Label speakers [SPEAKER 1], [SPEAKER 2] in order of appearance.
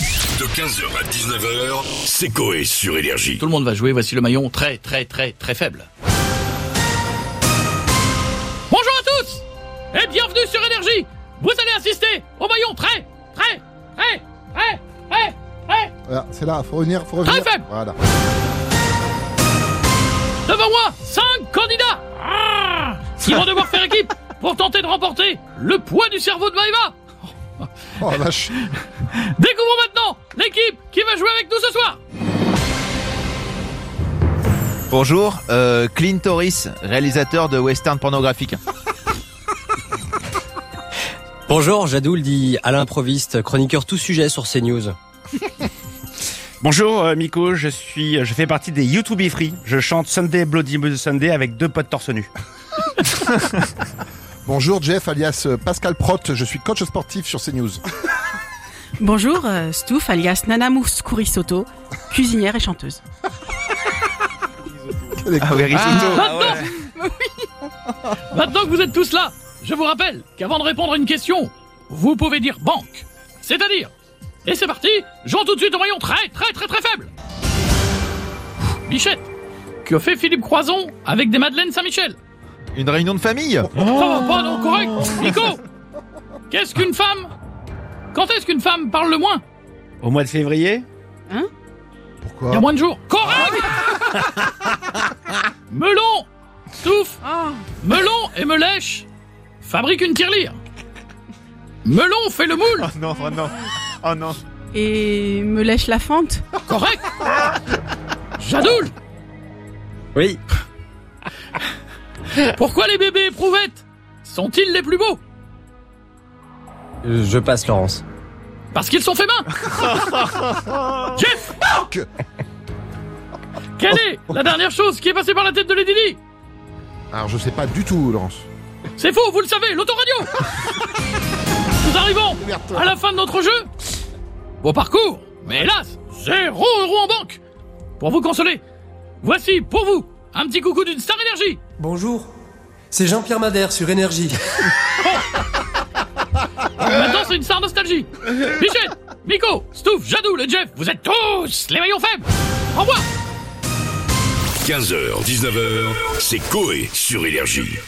[SPEAKER 1] De 15h à 19h, c'est Coé sur Énergie.
[SPEAKER 2] Tout le monde va jouer, voici le maillon très très très très faible. Bonjour à tous et bienvenue sur Énergie Vous allez assister au maillon très très très très très très
[SPEAKER 3] Voilà, c'est là, faut revenir, faut revenir.
[SPEAKER 2] Très faible.
[SPEAKER 3] Voilà.
[SPEAKER 2] Devant moi, 5 candidats Ah Ils vont devoir faire équipe pour tenter de remporter le poids du cerveau de Maïva
[SPEAKER 3] Oh la vache.
[SPEAKER 2] Découvrons maintenant l'équipe qui va jouer avec nous ce soir
[SPEAKER 4] Bonjour, euh, Clint Torres, réalisateur de western pornographique.
[SPEAKER 5] Bonjour, Jadoul dit à l'improviste, chroniqueur tout sujet sur CNews.
[SPEAKER 6] Bonjour euh, Miko, je suis, je fais partie des YouTube Free. Je chante Sunday Bloody Sunday avec deux potes torse nu.
[SPEAKER 3] Bonjour Jeff, alias euh, Pascal Prott, je suis coach sportif sur CNews.
[SPEAKER 7] Bonjour, euh, Stouff, alias Nana Mouskouri Soto, cuisinière et chanteuse.
[SPEAKER 4] Ah oui, risotto.
[SPEAKER 2] Maintenant, Maintenant que vous êtes tous là, je vous rappelle qu'avant de répondre à une question, vous pouvez dire banque. C'est-à-dire. Et c'est parti, jouons tout de suite au rayon très très très très faible. Bichette, que fait Philippe Croison avec des Madeleines Saint-Michel
[SPEAKER 4] Une réunion de famille
[SPEAKER 2] Oh, pardon, correct Nico Qu'est-ce qu'une femme Quand est-ce qu'une femme parle le moins
[SPEAKER 6] Au mois de février
[SPEAKER 2] Il y
[SPEAKER 3] Pourquoi
[SPEAKER 2] a moins de jours. Correct Melon Souffle Melon et me lèche Fabrique une tirelire Melon fait le moule
[SPEAKER 4] Non, oh non, oh non.
[SPEAKER 7] Et me lèche la fente
[SPEAKER 2] Correct Jadoul
[SPEAKER 5] Oui.
[SPEAKER 2] Pourquoi les bébés éprouvettes sont-ils les plus beaux
[SPEAKER 5] Je passe, Laurence.
[SPEAKER 2] Parce qu'ils sont faits main Jeff
[SPEAKER 3] Que-
[SPEAKER 2] Quelle est la dernière chose qui est passée par la tête de Lady Di
[SPEAKER 3] Alors je sais pas du tout, Laurence.
[SPEAKER 2] C'est faux, vous le savez, l'autoradio Nous arrivons à la fin de notre jeu. Beau parcours, mais hélas, zéro euro en banque. Pour vous consoler, voici pour vous un petit coucou d'une star énergie.
[SPEAKER 8] Bonjour, c'est Jean-Pierre Madère sur Énergie.
[SPEAKER 2] Maintenant, c'est une star nostalgie. Bichette, Miko, Stouff, Jadoul et Jeff, vous êtes tous les maillons faibles. Au revoir
[SPEAKER 1] 15h, 19h, c'est Coé sur Énergie.